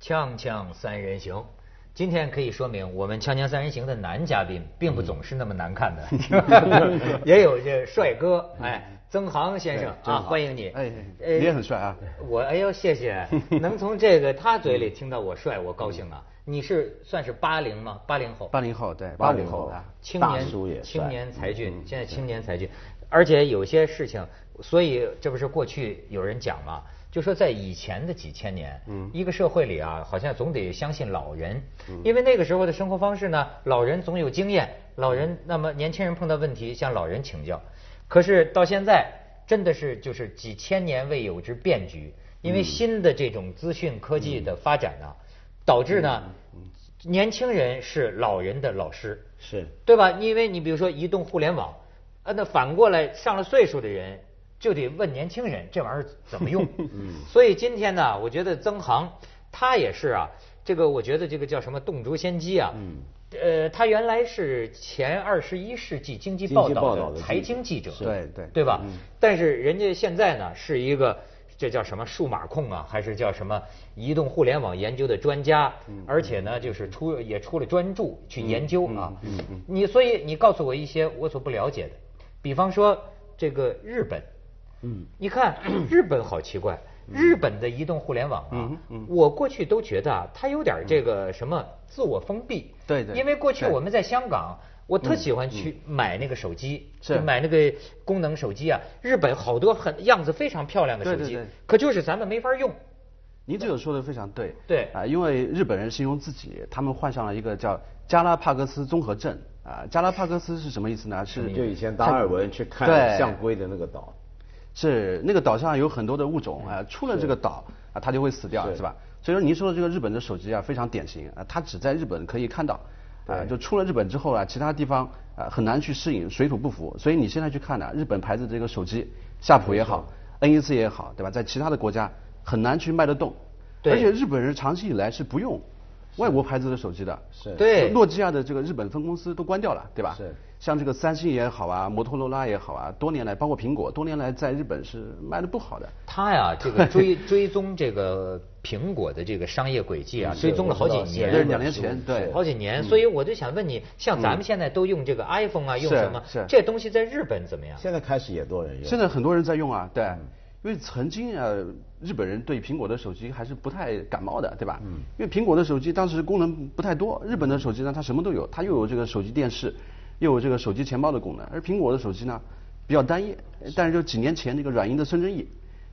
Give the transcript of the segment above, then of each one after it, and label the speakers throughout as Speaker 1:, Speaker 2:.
Speaker 1: 锵锵三人行，今天可以说明我们锵锵三人行的男嘉宾并不总是那么难看的，
Speaker 2: 嗯
Speaker 1: 也有这帅哥，哎，曾航先生
Speaker 2: 真
Speaker 1: 啊，
Speaker 2: 好
Speaker 1: 欢迎你。
Speaker 2: 哎
Speaker 1: 呃
Speaker 2: 你也很帅啊。
Speaker 1: 我哎呦，谢 谢，能从这个他嘴里听到我帅，我高兴啊。你是算是八零吗？八零后。
Speaker 2: 八零后，对，
Speaker 3: 八
Speaker 2: 零
Speaker 3: 零后
Speaker 2: 啊，
Speaker 1: 青
Speaker 3: 大
Speaker 1: 年
Speaker 3: 叔也帅
Speaker 1: 青年
Speaker 2: 哎
Speaker 1: 才俊，现在青年才俊，而且有些事情，所以这不是过去有人讲嘛，就说在以前的几千年，一个社会里啊，好像总得相信老人，因为那个时候的生活方式呢，老人总有经验，老人那么年轻人碰到问题向老人请教，可是到现在真的是就是几千年未有之变局，因为新的这种资讯科技的发展呢、导致呢。年轻人是老人的老师，
Speaker 3: 是
Speaker 1: 对吧？因为你比如说移动互联网，啊，那反过来上了岁数的人就得问年轻人这玩意儿怎么用。
Speaker 3: 嗯
Speaker 1: 所以今天呢，我觉得曾航他也是啊，这个我觉得这个叫什么“洞烛先机”啊，
Speaker 3: 嗯
Speaker 1: 呃，他原来是前二十一世纪经济
Speaker 3: 经济
Speaker 1: 报道
Speaker 3: 报道的
Speaker 1: 的
Speaker 3: 记者
Speaker 1: 财经记者，
Speaker 3: 是
Speaker 2: 对对
Speaker 1: 对吧？但是人家现在呢是一个。这叫什么数码控啊，还是叫什么移动互联网研究的专家？
Speaker 2: 嗯
Speaker 1: 而且呢，就是出也出了专著去研究啊。
Speaker 2: 嗯
Speaker 1: 你所以你告诉我一些我所不了解的，比方说这个日本，嗯，你 看日本好奇怪，
Speaker 2: 嗯
Speaker 1: 日本的移动互联网啊，我过去都觉得啊，它有点这个什么自我封闭，
Speaker 2: 对对
Speaker 1: 因为过去
Speaker 2: 对嗯
Speaker 1: 我们在香港。我特喜欢去买那个手机，
Speaker 2: 是
Speaker 1: 就买那个功能手机啊。日本好多很样子非常漂亮的手
Speaker 2: 对
Speaker 1: 机
Speaker 2: 对对，
Speaker 1: 可就是咱们没法用。
Speaker 2: 您这个说的非常对。
Speaker 1: 对
Speaker 2: 啊，因为日本人形容自己，他们患上了一个叫加拉帕戈斯综合症。啊，加拉帕戈斯是什么意思呢？是
Speaker 3: 就以前达尔文去看
Speaker 2: 对
Speaker 3: 象龟的那个岛，
Speaker 2: 是那个岛上有很多的物种啊，出了这个岛啊，它就会死掉，
Speaker 3: 是
Speaker 2: 是吧？所以说您说的这个日本的手机啊，非常典型啊，它只在日本可以看到，啊，就出了日本之后啊，其他地方啊很难去适应，水土不服。所以你现在去看呢、日本牌子这个手机，夏普也好，NEC 也好，对吧？在其他的国家很难去卖得动，
Speaker 1: 对
Speaker 2: 而且日本人长期以来是不用外国牌子的手机的，
Speaker 3: 是
Speaker 1: 对
Speaker 2: 哎诺基亚的这个日本分公司都关掉了，对吧？
Speaker 3: 是
Speaker 2: 像这个三星也好啊，摩托罗拉也好啊，多年来包括苹果，多年来在日本是卖的不好的。
Speaker 1: 他呀，这个 追追踪这个苹果的这个商业轨迹
Speaker 2: 嗯
Speaker 1: 啊，追踪了好几
Speaker 3: 我知道
Speaker 1: 年，
Speaker 2: 这是两年前对嗯
Speaker 1: 好几年。所以我就想问你，像咱们现在都用这个 iPhone 啊，用
Speaker 2: 是
Speaker 1: 什么
Speaker 2: 是？
Speaker 1: 这东西在日本怎么样？
Speaker 3: 现在开始也多人用。
Speaker 2: 现在很多人在用啊，对，
Speaker 1: 嗯
Speaker 2: 因为曾经呃日本人对苹果的手机还是不太感冒的，对吧？嗯，因为苹果的手机当时功能不太多，日本的手机呢它什么都有，它又有这个手机电视，又有这个手机钱包的功能，而苹果的手机呢比较单一。但是就几年前那个软银的孙正义，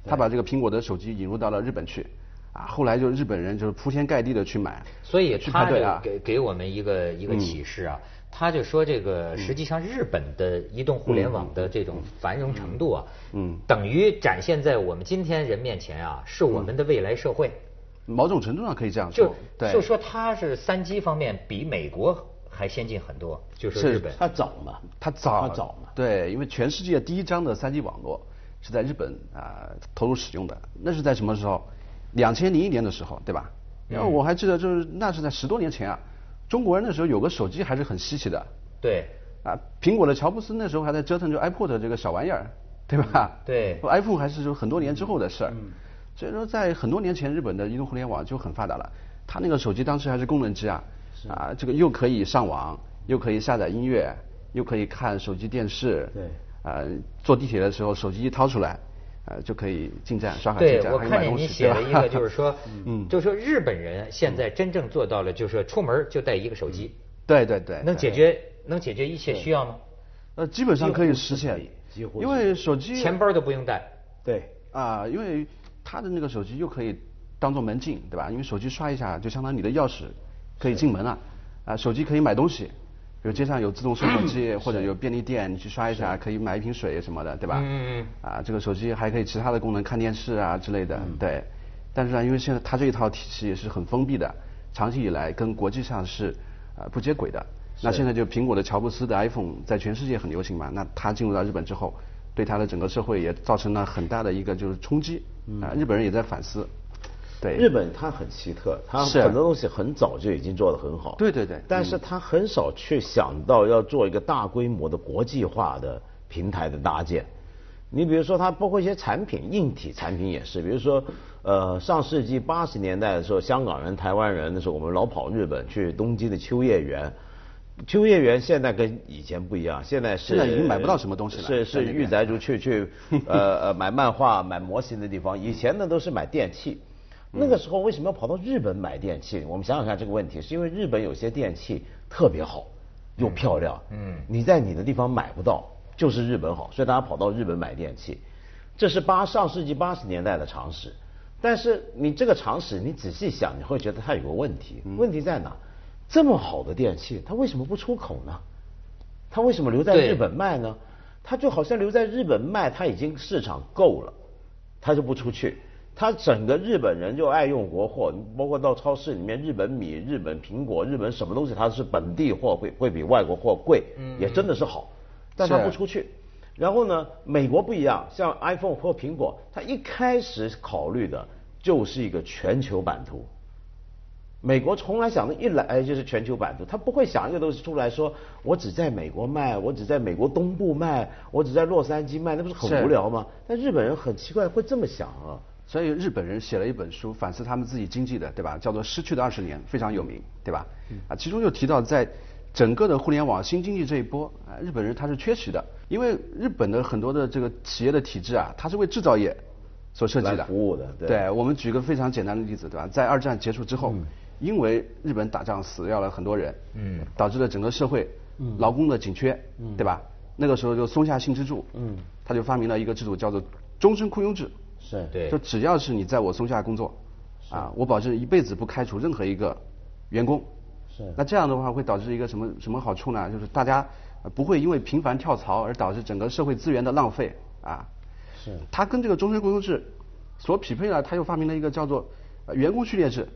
Speaker 2: 他把这个苹果的手机引入到了日本去，啊，后来就日本人就是铺天盖地的去买，
Speaker 1: 所以
Speaker 2: 去
Speaker 1: 他
Speaker 2: 排
Speaker 1: 就
Speaker 2: 队啊。嗯
Speaker 1: 给给我们一个一个启示啊，他就说这个实际上日本的移动互联网的这种繁荣程度啊，嗯，等于展现在我们今天人面前啊，是我们的未来社会。
Speaker 2: 某种程度上可以这样
Speaker 1: 就
Speaker 2: 说，嗯对，
Speaker 1: 就说它是三 G 方面比美国还先进很多，就是
Speaker 2: 是
Speaker 1: 日本。
Speaker 3: 它早嘛，
Speaker 2: 它早
Speaker 3: 它早嘛，
Speaker 2: 对，因为全世界第一张的三 G 网络是在日本啊、投入使用的，那是在什么时候？两千零一年的时候，对吧？然后我还记得，就是那是在十多年前啊，中国人那时候有个手机还是很稀奇的
Speaker 1: 对，
Speaker 2: 啊，苹果的乔布斯那时候还在折腾就 iPod 这个小玩意儿，对吧？
Speaker 1: 嗯对 嗯
Speaker 2: iPhone 还是就很多年之后的事儿。所以说，在很多年前，日本的移动互联网就很发达了。它那个手机当时还是功能机啊，啊，这个又可以上网，又可以下载音乐，又可以看手机电视。
Speaker 3: 对
Speaker 2: 呃，坐地铁的时候，手机一掏出来，呃，就可以进站刷卡进
Speaker 1: 对
Speaker 2: 站，
Speaker 1: 我
Speaker 2: 还有
Speaker 1: 看
Speaker 2: 买
Speaker 1: 见
Speaker 2: 东
Speaker 1: 你
Speaker 2: 西，嗯
Speaker 1: 写了一个，就是是 说，就说日本人现在真正做到了，就是说出门就带一个手机，
Speaker 2: 对对嗯对，
Speaker 1: 能解决能解决一切需要吗？
Speaker 2: 呃，基本上可以实现，
Speaker 3: 几乎是
Speaker 2: 因为手机
Speaker 1: 钱包都不用带。
Speaker 3: 对，
Speaker 2: 啊，因为他的那个手机又可以当做门禁，对吧？因为手机刷一下就相当于你的钥匙，可以进门了。啊，手机可以买东西，比如街上有自动售货 机或者有便利店，你去刷一下可以买一瓶水什么的，对吧？
Speaker 1: 嗯嗯
Speaker 2: 啊，这个手机还可以其他的功能，看电视啊之类的，
Speaker 3: 嗯
Speaker 2: 对。但是呢，因为现在它这一套体系也是很封闭的，长期以来跟国际上是呃不接轨的。那现在就苹果的乔布斯的 iPhone 在全世界很流行嘛，那它进入到日本之后，对它的整个社会也造成了很大的一个就是冲击。啊、日本人也在反思。对。
Speaker 3: 嗯日本它很奇特，它
Speaker 2: 是
Speaker 3: 很多东西很早就已经做得很好。
Speaker 2: 对对对
Speaker 3: 但是它很少去想到要做一个大规模的国际化的平台的搭建。你比如说，它包括一些产品，硬体产品也是，比如说，呃，上世纪八十年代的时候，香港人、台湾人那时候，我们老跑日本去东京的秋叶原。秋叶原现在跟以前不一样，现在是
Speaker 2: 现在已经买不到什么东西了
Speaker 3: 是
Speaker 2: 在
Speaker 3: 是
Speaker 2: 那边
Speaker 3: 御宅族去去呃呃买漫画、买模型的地方，以前呢都是买电器。那个时候为什么要跑到日本买电器？我们想想看这个问题，是因为日本有些电器特别好，又漂亮，
Speaker 1: 嗯
Speaker 3: 你在你的地方买不到，就是日本好，所以大家跑到日本买电器，这是八上世纪八十年代的常识。但是你这个常识，你仔细想，你会觉得它有个问题，
Speaker 1: 嗯
Speaker 3: 问题在哪？这么好的电器，它为什么不出口呢？它为什么留在
Speaker 1: 对
Speaker 3: 日本卖呢？它就好像留在日本卖，它已经市场够了，它就不出去。它整个日本人就爱用国货，你包括到超市里面，日本米、日本苹果、日本什么东西，它是本地货会会比外国货贵，也真的是好，但它
Speaker 2: 是
Speaker 3: 不出去。然后呢，美国不一样，像 iPhone 或苹果，它一开始考虑的就是一个全球版图，美国从来想的一来哎就是全球版图，他不会想一个东西出来说，我只在美国卖，我只在美国东部卖，我只在洛杉矶卖，那不是很
Speaker 2: 是
Speaker 3: 无聊吗？但日本人很奇怪，会这么想啊。
Speaker 2: 所以日本人写了一本书，反思他们自己经济的，对吧？叫做《失去的二十年》，非常有
Speaker 3: 嗯
Speaker 2: 名，对吧？啊，其中就提到，在整个的互联网新经济这一波，啊，日本人他是缺席的，因为日本的很多的这个企业的体制啊，它是为制造业所设计的，
Speaker 3: 来服务的对
Speaker 2: 我们举个非常简单的例子，对吧？在二战结束之后，因为日本打仗死掉了很多人，
Speaker 1: 嗯，
Speaker 2: 导致了整个社会
Speaker 3: 嗯
Speaker 2: 劳工的紧缺，对吧？那个时候就松下幸之助，
Speaker 3: 嗯，
Speaker 2: 他就发明了一个制度，叫做终身雇佣制。
Speaker 3: 是
Speaker 1: 对
Speaker 2: 就只要是你在我松下工作，啊，我保证一辈子不开除任何一个员工。
Speaker 3: 是
Speaker 2: 那这样的话会导致一个什么什么好处呢？就是大家呃不会因为频繁跳槽而导致整个社会资源的浪费啊。
Speaker 3: 是
Speaker 2: 它跟这个终身雇佣制所匹配的，它又发明了一个叫做呃员工序列制，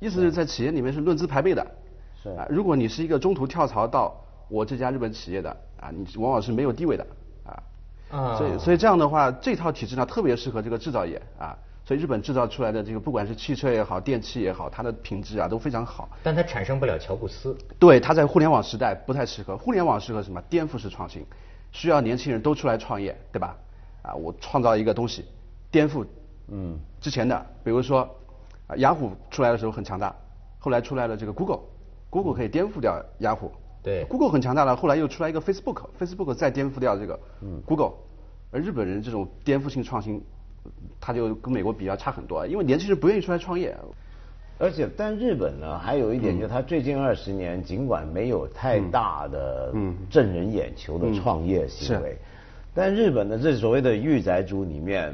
Speaker 2: 意思是在企业里面是论资排辈的。
Speaker 3: 是
Speaker 2: 啊，如果你是一个中途跳槽到我这家日本企业的啊，你往往是没有地位的啊。
Speaker 1: 啊
Speaker 2: 所以所以这样的话，这套体制呢特别适合这个制造业啊。所以日本制造出来的这个，不管是汽车也好，电器也好，它的品质啊都非常好。
Speaker 1: 但它产生不了乔布斯。
Speaker 2: 对，它在互联网时代不太适合。互联网适合什么？颠覆式创新，需要年轻人都出来创业，对吧？啊，我创造一个东西，颠覆，嗯，之前的，比如说，啊，雅虎出来的时候很强大，后来出来了这个 Google，Google 可以颠覆掉雅虎。
Speaker 1: 对
Speaker 2: Google 很强大了，后来又出来一个 Facebook，Facebook 再颠覆掉这个 Google，而日本人这种颠覆性创新，他就跟美国比较差很多，因为年轻人不愿意出来创业。
Speaker 3: 而且，但日本呢，还有一点就是，它最近二十年尽管没有太大的
Speaker 2: 嗯
Speaker 3: 震人眼球的创业行为，但日本的这所谓的御宅族里面，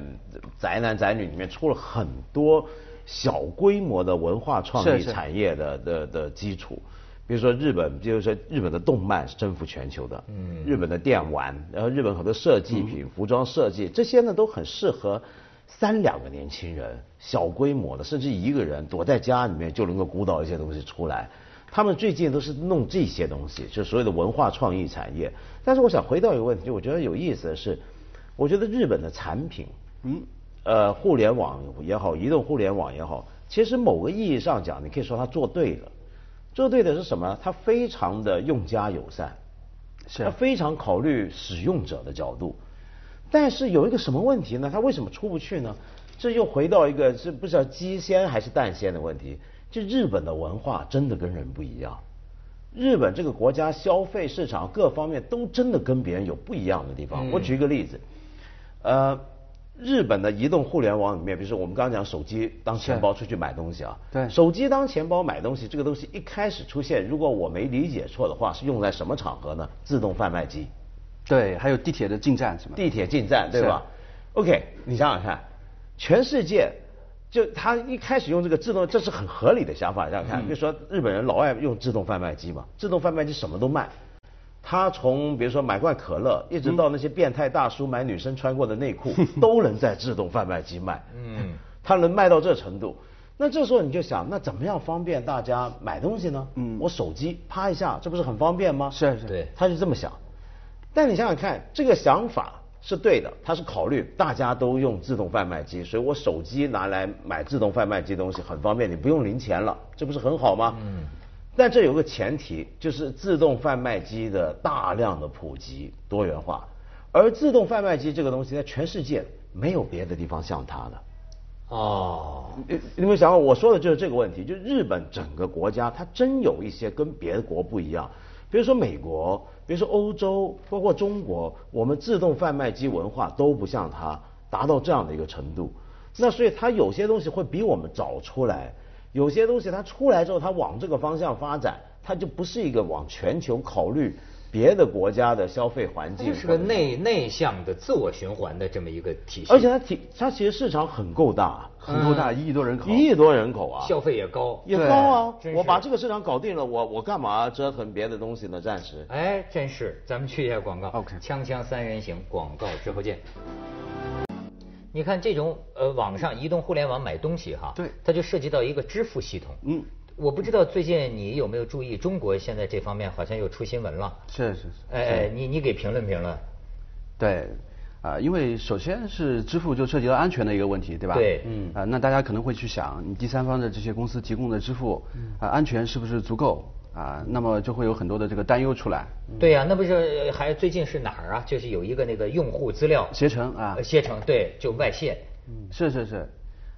Speaker 3: 宅男宅女里面出了很多小规模的文化创意
Speaker 2: 是是
Speaker 3: 产业的的的基础。比如说日本，比如说日本的动漫是征服全球的，嗯，日本的电玩，然后日本很多设计品、服装设计这些呢都很适合三两个年轻人，小规模的，甚至一个人躲在家里面就能够鼓捣一些东西出来。他们最近都是弄这些东西，就所谓的文化创意产业。但是我想回到一个问题，就我觉得有意思的是，我觉得日本的产品，嗯，呃，互联网也好，移动互联网也好，其实某个意义上讲，你可以说它做对了。做对的是什么呢？它非常的用家友善，
Speaker 2: 是
Speaker 3: 它非常考虑使用者的角度。但是有一个什么问题呢？它为什么出不去呢？这又回到一个是不知道鸡先还是蛋先的问题。就日本的文化真的跟人不一样，日本这个国家消费市场各方面都真的跟别人有不一样的地方。我举一个例子，呃，日本的移动互联网里面，比如说我们刚刚讲手机当钱包出去买东西啊，
Speaker 2: 对
Speaker 3: 手机当钱包买东西，这个东西一开始出现，如果我没理解错的话，是用在什么场合呢？自动贩卖机。
Speaker 2: 对，还有地铁的进站什么的。
Speaker 3: 地铁进站，对吧？OK，你想想看，全世界就他一开始用这个自动，这是很合理的想法。想
Speaker 2: 嗯
Speaker 3: 想看，比如说日本人老爱用自动贩卖机嘛，自动贩卖机什么都卖。他从比如说买罐可乐，一直到那些变态大叔买女生穿过的内 裤，都能在自动贩卖机卖。嗯，他能卖到这程度，那这时候你就想，那怎么样方便大家买东西呢？嗯，我手机啪一下，这不是很方便吗？
Speaker 2: 是是
Speaker 1: 对
Speaker 3: 他是这么想。但你想想看，这个想法是对的，他是考虑大家都用自动贩卖机，所以我手机拿来买自动贩卖机东西很方便，你不用零钱了，这不是很好吗？嗯。但这有个前提，就是自动贩卖机的大量的普及多元化，而自动贩卖机这个东西在全世界没有别的地方像它了。
Speaker 1: 哦，
Speaker 3: 你你们想想，啊我说的就是这个问题，就日本整个国家，它真有一些跟别的国不一样。比如说美国，比如说欧洲，包括中国，我们自动贩卖机文化都不像它达到这样的一个程度。那所以它有些东西会比我们早出来，有些东西它出来之后，它往这个方向发展，它就不是一个往全球考虑别的国家的消费环
Speaker 1: 它
Speaker 3: 境。
Speaker 1: 就是个内内向的自我循环的这么一个体系，
Speaker 3: 而且它体它其实市场很够大，
Speaker 2: 很够大，一亿多人口，
Speaker 3: 一亿多人口啊，
Speaker 1: 消费也高。
Speaker 3: 也高啊
Speaker 1: 对！真
Speaker 3: 我
Speaker 1: 是
Speaker 3: 把这个市场搞定了，我我干嘛折腾别的东西呢？暂时。
Speaker 1: 哎，真是，咱们去一下广告。
Speaker 2: OK
Speaker 1: 锵锵三人行，广告之后见。你看这种呃，网上移动互联网买东西哈，
Speaker 2: 对
Speaker 1: 它就涉及到一个支付系统。
Speaker 2: 嗯，
Speaker 1: 我不知道最近你有没有注意，中国现在这方面好像又出新闻了。
Speaker 2: 是是是，
Speaker 1: 哎哎，你你给评论评论。
Speaker 2: 对，啊、因为首先是支付就涉及到安全的一个问题，对吧？
Speaker 1: 对
Speaker 2: 嗯，啊、那大家可能会去想，你第三方的这些公司提供的支付，啊、安全是不是足够？啊、那么就会有很多的这个担忧出来。
Speaker 1: 对呀、那不是呃还最近是哪儿啊？就是有一个那个用户资料
Speaker 2: 携程啊
Speaker 1: 呃携程对，就外泄。
Speaker 2: 是是是，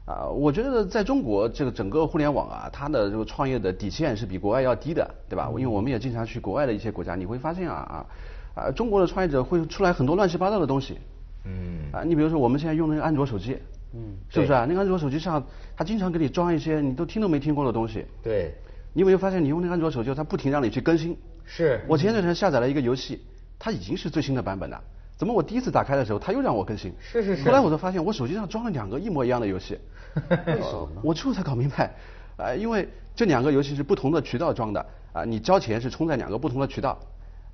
Speaker 2: 啊、我觉得在中国这个整个互联网啊，它的这个创业的底线是比国外要低的，对吧？因为我们也经常去国外的一些国家，你会发现啊啊，啊，中国的创业者会出来很多乱七八糟的东西。
Speaker 1: 嗯，
Speaker 2: 啊，你比如说我们现在用的那个安卓手机，嗯，是不是啊？那个安卓手机上，它经常给你装一些你都听都没听过的东西。
Speaker 1: 对，
Speaker 2: 你有没有发现，你用那个安卓手机，它不停让你去更新？
Speaker 1: 是
Speaker 2: 我前段时间下载了一个游戏，它已经是最新的版本了，怎么我第一次打开的时候，它又让我更新？
Speaker 1: 是是是
Speaker 2: 后来我就发现，我手机上装了两个一模一样的游戏。为什么？我最后才搞明白，啊，因为这两个游戏是不同的渠道装的，啊，你交钱是充在两个不同的渠道，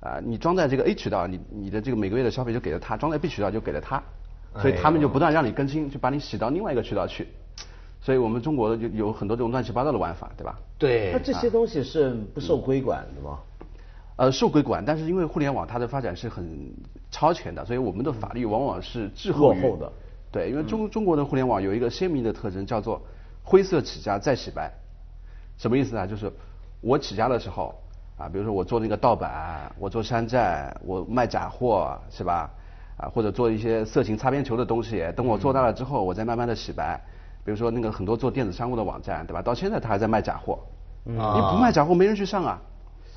Speaker 2: 啊，你装在这个 A 渠道，你你的这个每个月的消费就给了他，装在 B 渠道就给了他，
Speaker 1: 哎
Speaker 2: 所以他们就不断让你更新，就把你洗到另外一个渠道去。所以我们中国就有很多这种乱七八糟的玩法，对吧？
Speaker 1: 对
Speaker 3: 那，这些东西是不受规管的吗？
Speaker 2: 呃，受规管，但是因为互联网它的发展是很超前的，所以我们的法律往往是滞后于
Speaker 3: 落后的。嗯
Speaker 2: 对，因为中中国的互联网有一个鲜明的特征，叫做灰色起家再洗白。什么意思呢？就是我起家的时候啊，比如说我做那个盗版，我做山寨，我卖假货，是吧？啊，或者做一些色情擦边球的东西，等我做大了之后，我再慢慢的洗白。比如说那个很多做电子商务的网站，对吧？到现在他还在卖假货，你
Speaker 1: 嗯
Speaker 3: 嗯
Speaker 1: 啊
Speaker 2: 不卖假货没人去上啊。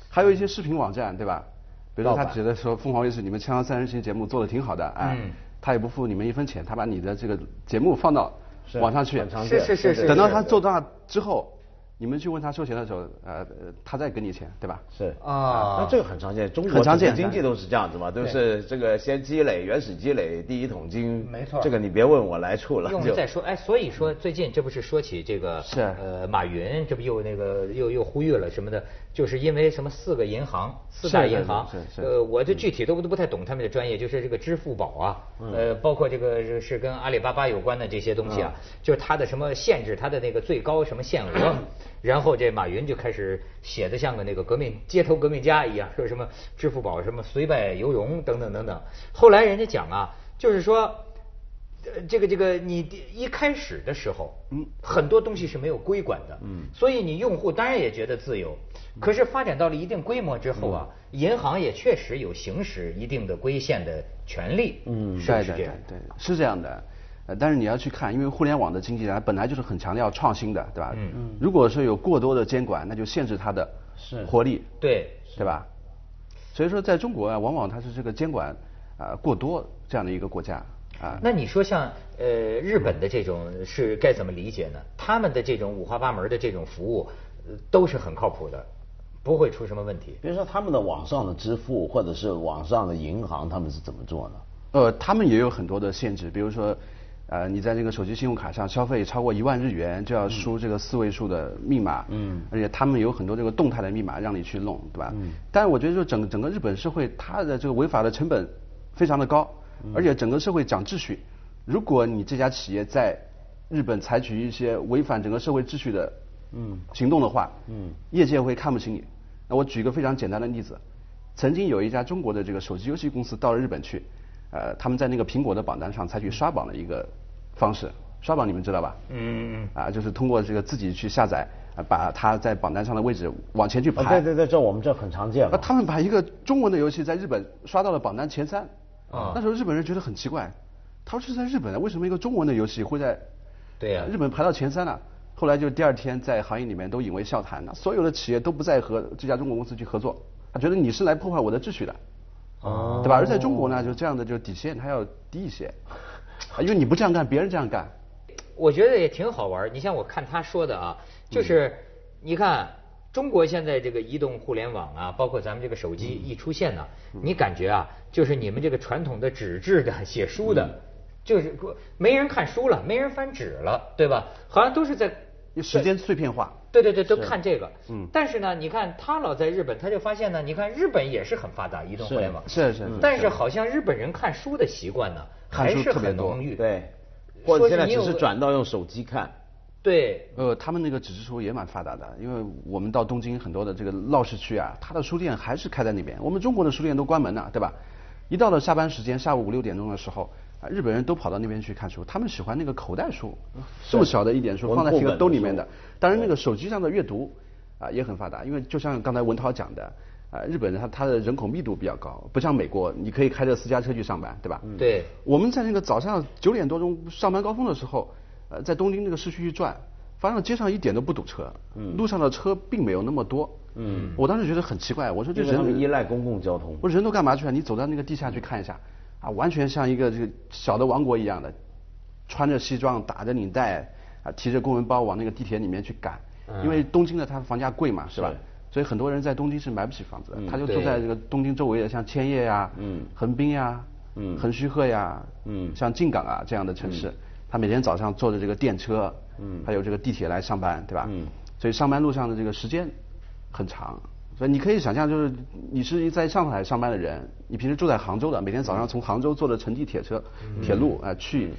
Speaker 2: 还有一些视频网站，对吧？比如说他觉得说凤凰卫视你们《锵锵三人行》节目做的挺好的，哎，
Speaker 3: 嗯
Speaker 2: 他也不付你们一分钱，他把你的这个节目放到
Speaker 3: 是
Speaker 2: 网上去，
Speaker 3: 很常
Speaker 1: 是
Speaker 3: 见
Speaker 1: 是是是，
Speaker 2: 等到他
Speaker 1: 是
Speaker 2: 做大之后，你们去问他收钱的时候，呃，他再给你钱，对吧？
Speaker 3: 是
Speaker 1: 啊
Speaker 3: 那这个很常见，中国
Speaker 2: 很常见
Speaker 3: 整个经济都是这样子嘛，都是这个先积累原始积累第一桶金，
Speaker 1: 没错
Speaker 3: 这个你别问我来处了，
Speaker 1: 用
Speaker 3: 就
Speaker 1: 了再说，哎，所以说最近这不是说起这个
Speaker 2: 嗯是
Speaker 1: 呃马云这不又那个又又呼吁了什么的，就是因为什么四个银行四大银行
Speaker 2: 是是，是嗯
Speaker 1: 呃，我这具体都都不太懂他们的专业，就是这个支付宝啊，呃，包括这个是是跟阿里巴巴有关的这些东西
Speaker 2: 嗯
Speaker 1: 啊，就是它的什么限制，它的那个最高什么限 额，然后这马云就开始写的像个那个革命街头革命家一样，说什么支付宝什么虽败犹荣等等等等，后来人家讲啊，就是说。呃，这个这个，你第一开始的时候，嗯，很多东西是没有规管的，嗯，所以你用户当然也觉得自由，
Speaker 2: 嗯
Speaker 1: 可是发展到了一定规模之后啊，银行也确实有行使一定的规限的权利，嗯是不
Speaker 2: 对
Speaker 1: 是
Speaker 2: 对
Speaker 1: 这
Speaker 2: 对
Speaker 1: 样？
Speaker 2: 对，是这样的。呃，但是你要去看，因为互联网的经济它本来就是很强调创新的，对吧？嗯嗯。如果是有过多的监管，那就限制它的活力，
Speaker 1: 对，
Speaker 2: 对吧？所以说，在中国啊，往往它是这个监管啊、呃过多这样的一个国家啊。
Speaker 1: 那你说像呃日本的这种是该怎么理解呢？他们的这种五花八门的这种服务，呃都是很靠谱的，不会出什么问题。
Speaker 3: 比如说他们的网上的支付或者是网上的银行，他们是怎么做呢？
Speaker 2: 呃，他们也有很多的限制，比如说，呃，你在这个手机信用卡上消费超过一万日元，就要输这个四位数的密码，嗯，而且他们有很多这个动态的密码让你去弄，对吧？嗯，但我觉得就整整个日本社会，它的这个违法的成本非常的高，而且整个社会讲秩序，如果你这家企业在日本采取一些违反整个社会秩序的嗯行动的话，嗯，业界会看不起你。那我举一个非常简单的例子，曾经有一家中国的这个手机游戏公司到了日本去，呃，他们在那个苹果的榜单上采取刷榜的一个方式，刷榜你们知道吧？
Speaker 1: 嗯，
Speaker 2: 啊，就是通过这个自己去下载，啊把它在榜单上的位置往前去
Speaker 1: 哦
Speaker 3: 啊，
Speaker 2: 排。
Speaker 3: 对对对，这我们这很常见
Speaker 2: 啊，
Speaker 3: 嘛。
Speaker 2: 他们把一个中文的游戏在日本刷到了榜单前三，啊，那时候日本人觉得很奇怪，他说这是在日本啊，为什么一个中文的游戏会在
Speaker 1: 对呀
Speaker 2: 日本排到前三了、后来就第二天在行业里面都引为笑谈了，所有的企业都不再和这家中国公司去合作，他觉得你是来破坏我的秩序的，
Speaker 1: 啊
Speaker 2: 哦，
Speaker 3: 嗯
Speaker 2: 对吧？而在中国呢，就这样的就底线它要低一些，啊因为你不这样干，别人这样干，
Speaker 1: 我觉得也挺好玩儿。你像我看他说的啊，
Speaker 2: 嗯
Speaker 1: 就是你看中国现在这个移动互联网啊，包括咱们这个手机
Speaker 2: 嗯
Speaker 1: 一出现呢、你感觉啊，就是你们这个传统的纸质的写书的，
Speaker 2: 嗯
Speaker 1: 就是没人看书了，没人翻纸了，对吧？好像都是在
Speaker 2: 因为时间碎片化。
Speaker 1: 对对对，都看这个。嗯。但是呢，你看他老在日本，他就发现呢，你看日本也是很发达，移动互联网。
Speaker 2: 是是是
Speaker 1: 但是好像日本人看书的习惯呢，
Speaker 2: 看
Speaker 1: 还
Speaker 2: 书
Speaker 1: 是
Speaker 2: 特别
Speaker 1: 很
Speaker 2: 多
Speaker 1: 浓郁。
Speaker 3: 对，
Speaker 1: 嗯说
Speaker 3: 或者
Speaker 1: 是
Speaker 3: 现在
Speaker 1: 你
Speaker 3: 只
Speaker 1: 有
Speaker 3: 是
Speaker 1: 个
Speaker 3: 转到用手机看。
Speaker 1: 对，
Speaker 2: 呃，他们那个纸质书也蛮发达的，因为我们到东京很多的这个闹市区啊，它的书店还是开在那边。我们中国的书店都关门了，对吧？一到了下班时间，下午五六点钟的时候，啊，日本人都跑到那边去看书，他们喜欢那个口袋书，这么小的一点书
Speaker 3: 文
Speaker 2: 放在
Speaker 3: 库
Speaker 2: 这个
Speaker 3: 本
Speaker 2: 兜
Speaker 3: 的
Speaker 2: 里面
Speaker 3: 书
Speaker 2: 的。当然，那个手机上的阅读啊也很发达，因为就像刚才文涛讲的，啊，日本人他他的人口密度比较高，不像美国，你可以开着私家车去上班，对吧？
Speaker 1: 对。
Speaker 2: 我们在那个早上九点多钟上班高峰的时候，呃，在东京那个市区去转，发现街上一点都不堵车，
Speaker 3: 嗯
Speaker 2: 路上的车并没有那么多。嗯，我当时觉得很奇怪，我说这
Speaker 3: 因为他们
Speaker 2: 人
Speaker 3: 依赖公共交通
Speaker 2: 我说人都干嘛去啊？你走到那个地下去看一下，啊，完全像一个这个小的王国一样的，穿着西装，打着领带，啊，提着公文包往那个地铁里面去赶，
Speaker 3: 嗯
Speaker 2: 因为东京的它房价贵嘛，是吧？所以很多人在东京是买不起房
Speaker 3: 嗯
Speaker 2: 子的，他就住
Speaker 1: 对
Speaker 2: 在这个东京周围的，像千叶呀、横滨呀、
Speaker 3: 嗯
Speaker 2: 横须贺呀、像静冈啊这样的城市，他每天早上坐着这个电车，
Speaker 3: 嗯
Speaker 2: 还有这个地铁来上班，对吧？所以上班路上的这个时间很长，所以你可以想象，就是你是在上海上班的人，你平时住在杭州的，每天早上从杭州坐着城际铁车、铁路啊、去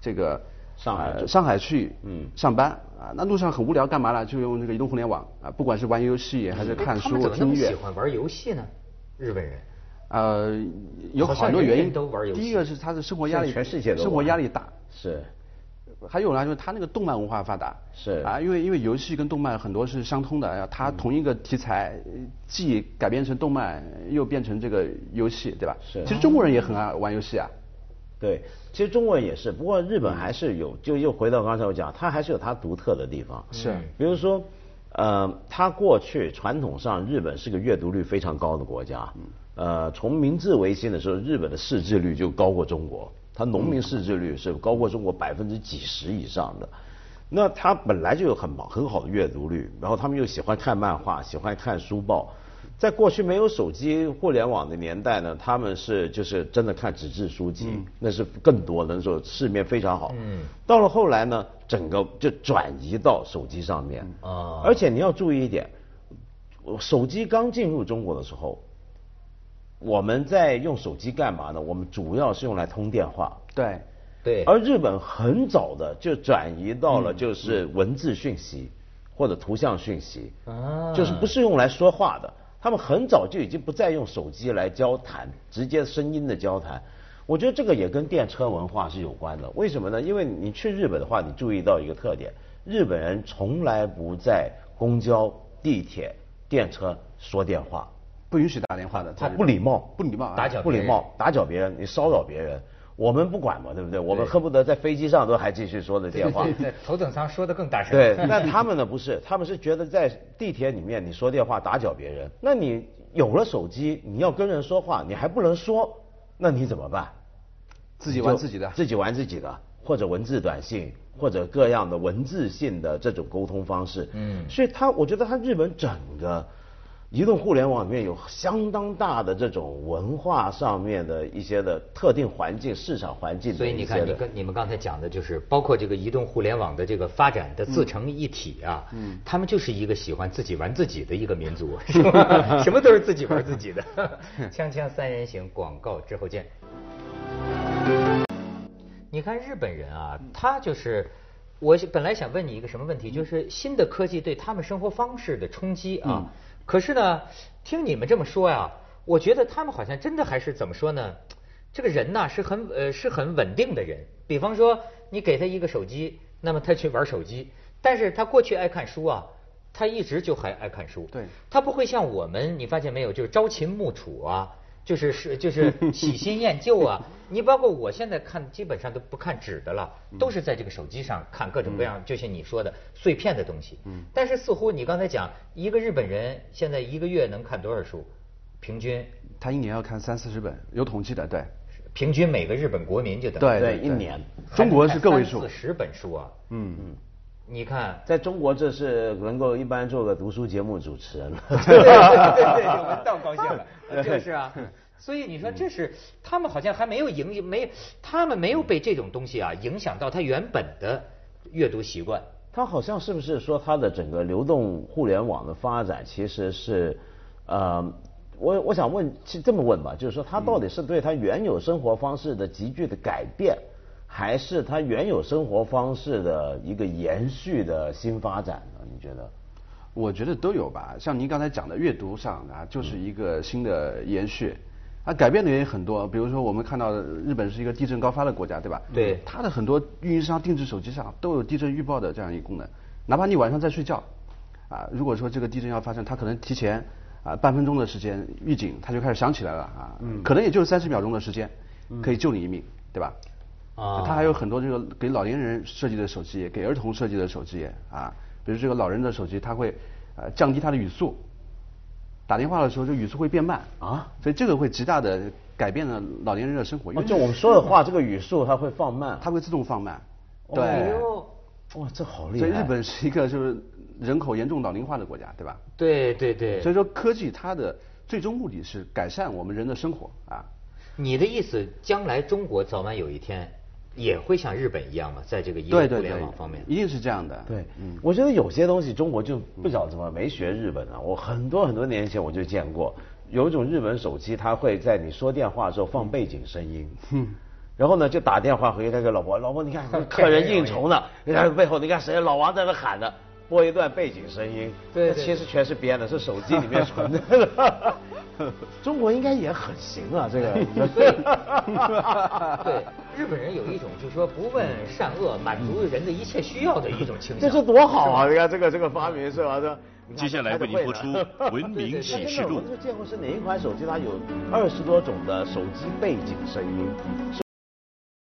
Speaker 2: 这个
Speaker 3: 嗯上海嗯
Speaker 2: 呃上海去上班啊，那路上很无聊，干嘛呢？就用这个移动互联网啊，不管是玩游戏还
Speaker 3: 嗯
Speaker 2: 是看
Speaker 1: 哎他
Speaker 2: 书
Speaker 1: 们、怎么那
Speaker 2: 听
Speaker 1: 么
Speaker 2: 音乐
Speaker 1: 喜，欢玩游戏呢？日本人。
Speaker 2: 呃，有
Speaker 1: 好像
Speaker 2: 很多
Speaker 1: 人
Speaker 2: 原
Speaker 1: 人
Speaker 2: 因。
Speaker 1: 都玩游戏
Speaker 2: 第一个是他的生活压
Speaker 3: 现在
Speaker 2: 力，
Speaker 3: 全世界都
Speaker 2: 生活
Speaker 3: 玩
Speaker 2: 压力大，
Speaker 3: 是，
Speaker 2: 还有呢，就是他那个动漫文化发达，
Speaker 3: 是嗯
Speaker 2: 啊，因为因为游戏跟动漫很多是相通的，啊它同一个题材，呃既改编成动漫，又变成这个游戏，对吧？
Speaker 3: 是
Speaker 2: 其实中国人也很爱玩游戏啊，
Speaker 3: 对，其实中国人也是，不过日本还是有，就又回到刚才我讲，它还是有它独特的地方。
Speaker 2: 是，
Speaker 3: 比如说，呃，它过去传统上日本是个阅读率非常高的国家，
Speaker 2: 嗯
Speaker 3: 呃，从明治维新的时候，日本的识字率就高过中国，它农
Speaker 2: 嗯
Speaker 3: 民识字率是高过中国百分之几十以上的。那他本来就有很好很好的阅读率，然后他们又喜欢看漫画，喜欢看书报。在过去没有手机互联网的年代呢，他们是就是真的看纸质书籍，那是更多的，那时候市面非常好。嗯，到了后来呢，整个就转移到手机上面。
Speaker 1: 啊
Speaker 3: 而且你要注意一点，我手机刚进入中国的时候，我们在用手机干嘛呢？我们主要是用来通电话。
Speaker 2: 对，
Speaker 1: 对，嗯
Speaker 3: 而日本很早的就转移到了就是文字讯息或者图像讯息，
Speaker 1: 啊
Speaker 3: 就是不是用来说话的。他们很早就已经不再用手机来交谈，直接声音的交谈。我觉得这个也跟电车文化是有关的。为什么呢？因为你去日本的话，你注意到一个特点，日本人从来不在公交、地铁、电车说电话，
Speaker 2: 不允许打电话的，
Speaker 3: 他
Speaker 2: 在日
Speaker 3: 不礼貌，
Speaker 2: 不礼貌啊，
Speaker 1: 打搅
Speaker 3: 不礼貌，打搅别人，你骚扰别人，我们不管嘛，对不对？我们恨不得在飞机上都还继续说着电话。
Speaker 1: 在头等舱说的更大 声。
Speaker 3: 对，那他们呢？不是，他们是觉得在地铁里面你说电话打搅别人，那你有了手机，你要跟人说话，你还不能说，那你怎么办？
Speaker 2: 自己玩自己的
Speaker 3: 就，自己玩自己的，或者文字短信，或者各样的文字性的这种沟通方式。嗯，所以它，我觉得它日本整个移动互联网里面有相当大的这种文化上面的一些的特定环境、市场环境
Speaker 1: 所
Speaker 3: 的
Speaker 1: 以
Speaker 3: 一
Speaker 1: 你
Speaker 3: 些的。
Speaker 1: 看，你跟你们刚才讲的就是，包括这个移动互联网的这个发展的
Speaker 3: 嗯
Speaker 1: 自成一体啊，嗯，他们就是一个喜欢自己玩自己的一个民族， 是吧？什么都是自己玩自 己的。锵锵三人行，广告之后见。你看日本人啊，他就是，我本来想问你一个什么问题，就是新的科技对他们生活方式的冲击啊。可是呢，听你们这么说呀、我觉得他们好像真的还是怎么说呢？这个人呐、是很呃是很稳定的人。比方说，你给他一个手机，那么他去玩手机，但是他过去爱看书啊，他一直就还爱看书。
Speaker 2: 对
Speaker 1: 他不会像我们，你发现没有，就是朝秦暮楚啊，就是是就是喜新厌旧 啊。你包括我现在看，基本上都不看纸的了，
Speaker 2: 嗯
Speaker 1: 都是在这个手机上看各种各样，就像你说的碎片的东西。
Speaker 2: 嗯
Speaker 1: 但是似乎你刚才讲，一个日本人现在一个月能看多少书？平均
Speaker 2: 他一年要看三四十本，有统计的，对。
Speaker 1: 平均每个日本国民就等于
Speaker 2: 对
Speaker 3: 对一年
Speaker 1: 还
Speaker 2: 中国是个位
Speaker 1: 还
Speaker 2: 数
Speaker 1: 三四。十本书啊。
Speaker 2: 嗯嗯。
Speaker 1: 你看，
Speaker 3: 在中国，这是能够一般做个读书节目主持人了。
Speaker 1: 对对对对，有文道高兴了，就是啊。所以你说这是他们好像还没有影没他们没有被这种东西啊影响到他原本的阅读习惯。
Speaker 3: 它好像是不是说它的整个流动互联网的发展其实是，呃，我我想问，是这么问吧，就是说它到底是对它原有生活方式的急剧的改变，还是它原有生活方式的一个延续的新发展呢？你觉得？
Speaker 2: 我觉得都有吧。像您刚才讲的阅读上啊，就是一个新的延续，啊，改变的也很多。比如说，我们看到日本是一个地震高发的国家，对吧？
Speaker 1: 对
Speaker 2: 它的很多运营商定制手机上都有地震预报的这样一个功能，哪怕你晚上在睡觉，啊，如果说这个地震要发生，它可能提前啊半分钟的时间预警，它就开始响起来了啊，可能也就是三十秒钟的时间，可以救你一命，对吧？
Speaker 1: 啊
Speaker 2: 它还有很多这个给老年人设计的手机，给儿童设计的手机啊，比如这个老人的手机，它会呃降低它的语速，打电话的时候这语速会变慢
Speaker 3: 啊，
Speaker 2: 所以这个会极大的改变了老年人的生活，因
Speaker 3: 哦
Speaker 2: 为
Speaker 3: 就我们说的话，这个语速它会放慢。
Speaker 2: 它会自动放慢，
Speaker 3: 哦
Speaker 1: 哎
Speaker 2: 对，
Speaker 1: 呦
Speaker 3: 哇，这好厉
Speaker 2: 所
Speaker 3: 害！
Speaker 2: 以日本是一个就是人口严重老龄化的国家，对吧？
Speaker 1: 对对对，
Speaker 2: 所以说科技它的最终目的是改善我们人的生活啊，
Speaker 1: 你的意思，将来中国早晚有一天也会像日本一样嘛，在这个移动
Speaker 2: 对
Speaker 1: 互
Speaker 2: 对对
Speaker 1: 联网方面，
Speaker 2: 一定是这样的，
Speaker 3: 对，我觉得有些东西中国就不晓得怎么没学日本啊。我很多很多年前我就见过，有一种日本手机，它会在你说电话的时候放背景声音。然后呢，就打电话回去，他给老婆，老婆你 看客人应酬 呢，你看背后你看谁老王在那喊呢，播一段背景声音。
Speaker 1: 对
Speaker 3: 那
Speaker 1: 对
Speaker 3: 其实全是编的，是手机里面存的。 中国应该也很行啊，这 个。
Speaker 1: 所以，对日本人有一种就是说不问善恶，满足人的一切需要的一种倾
Speaker 3: 这
Speaker 1: 向。
Speaker 3: 是多好啊！你看这个这个发明是吧？这
Speaker 4: 接下来为您播 出《文明
Speaker 3: 那
Speaker 4: 启
Speaker 3: 真
Speaker 4: 示
Speaker 3: 的，
Speaker 4: 录
Speaker 3: 我》。就见过是哪一款手机，它有二十多种的手机背景声音。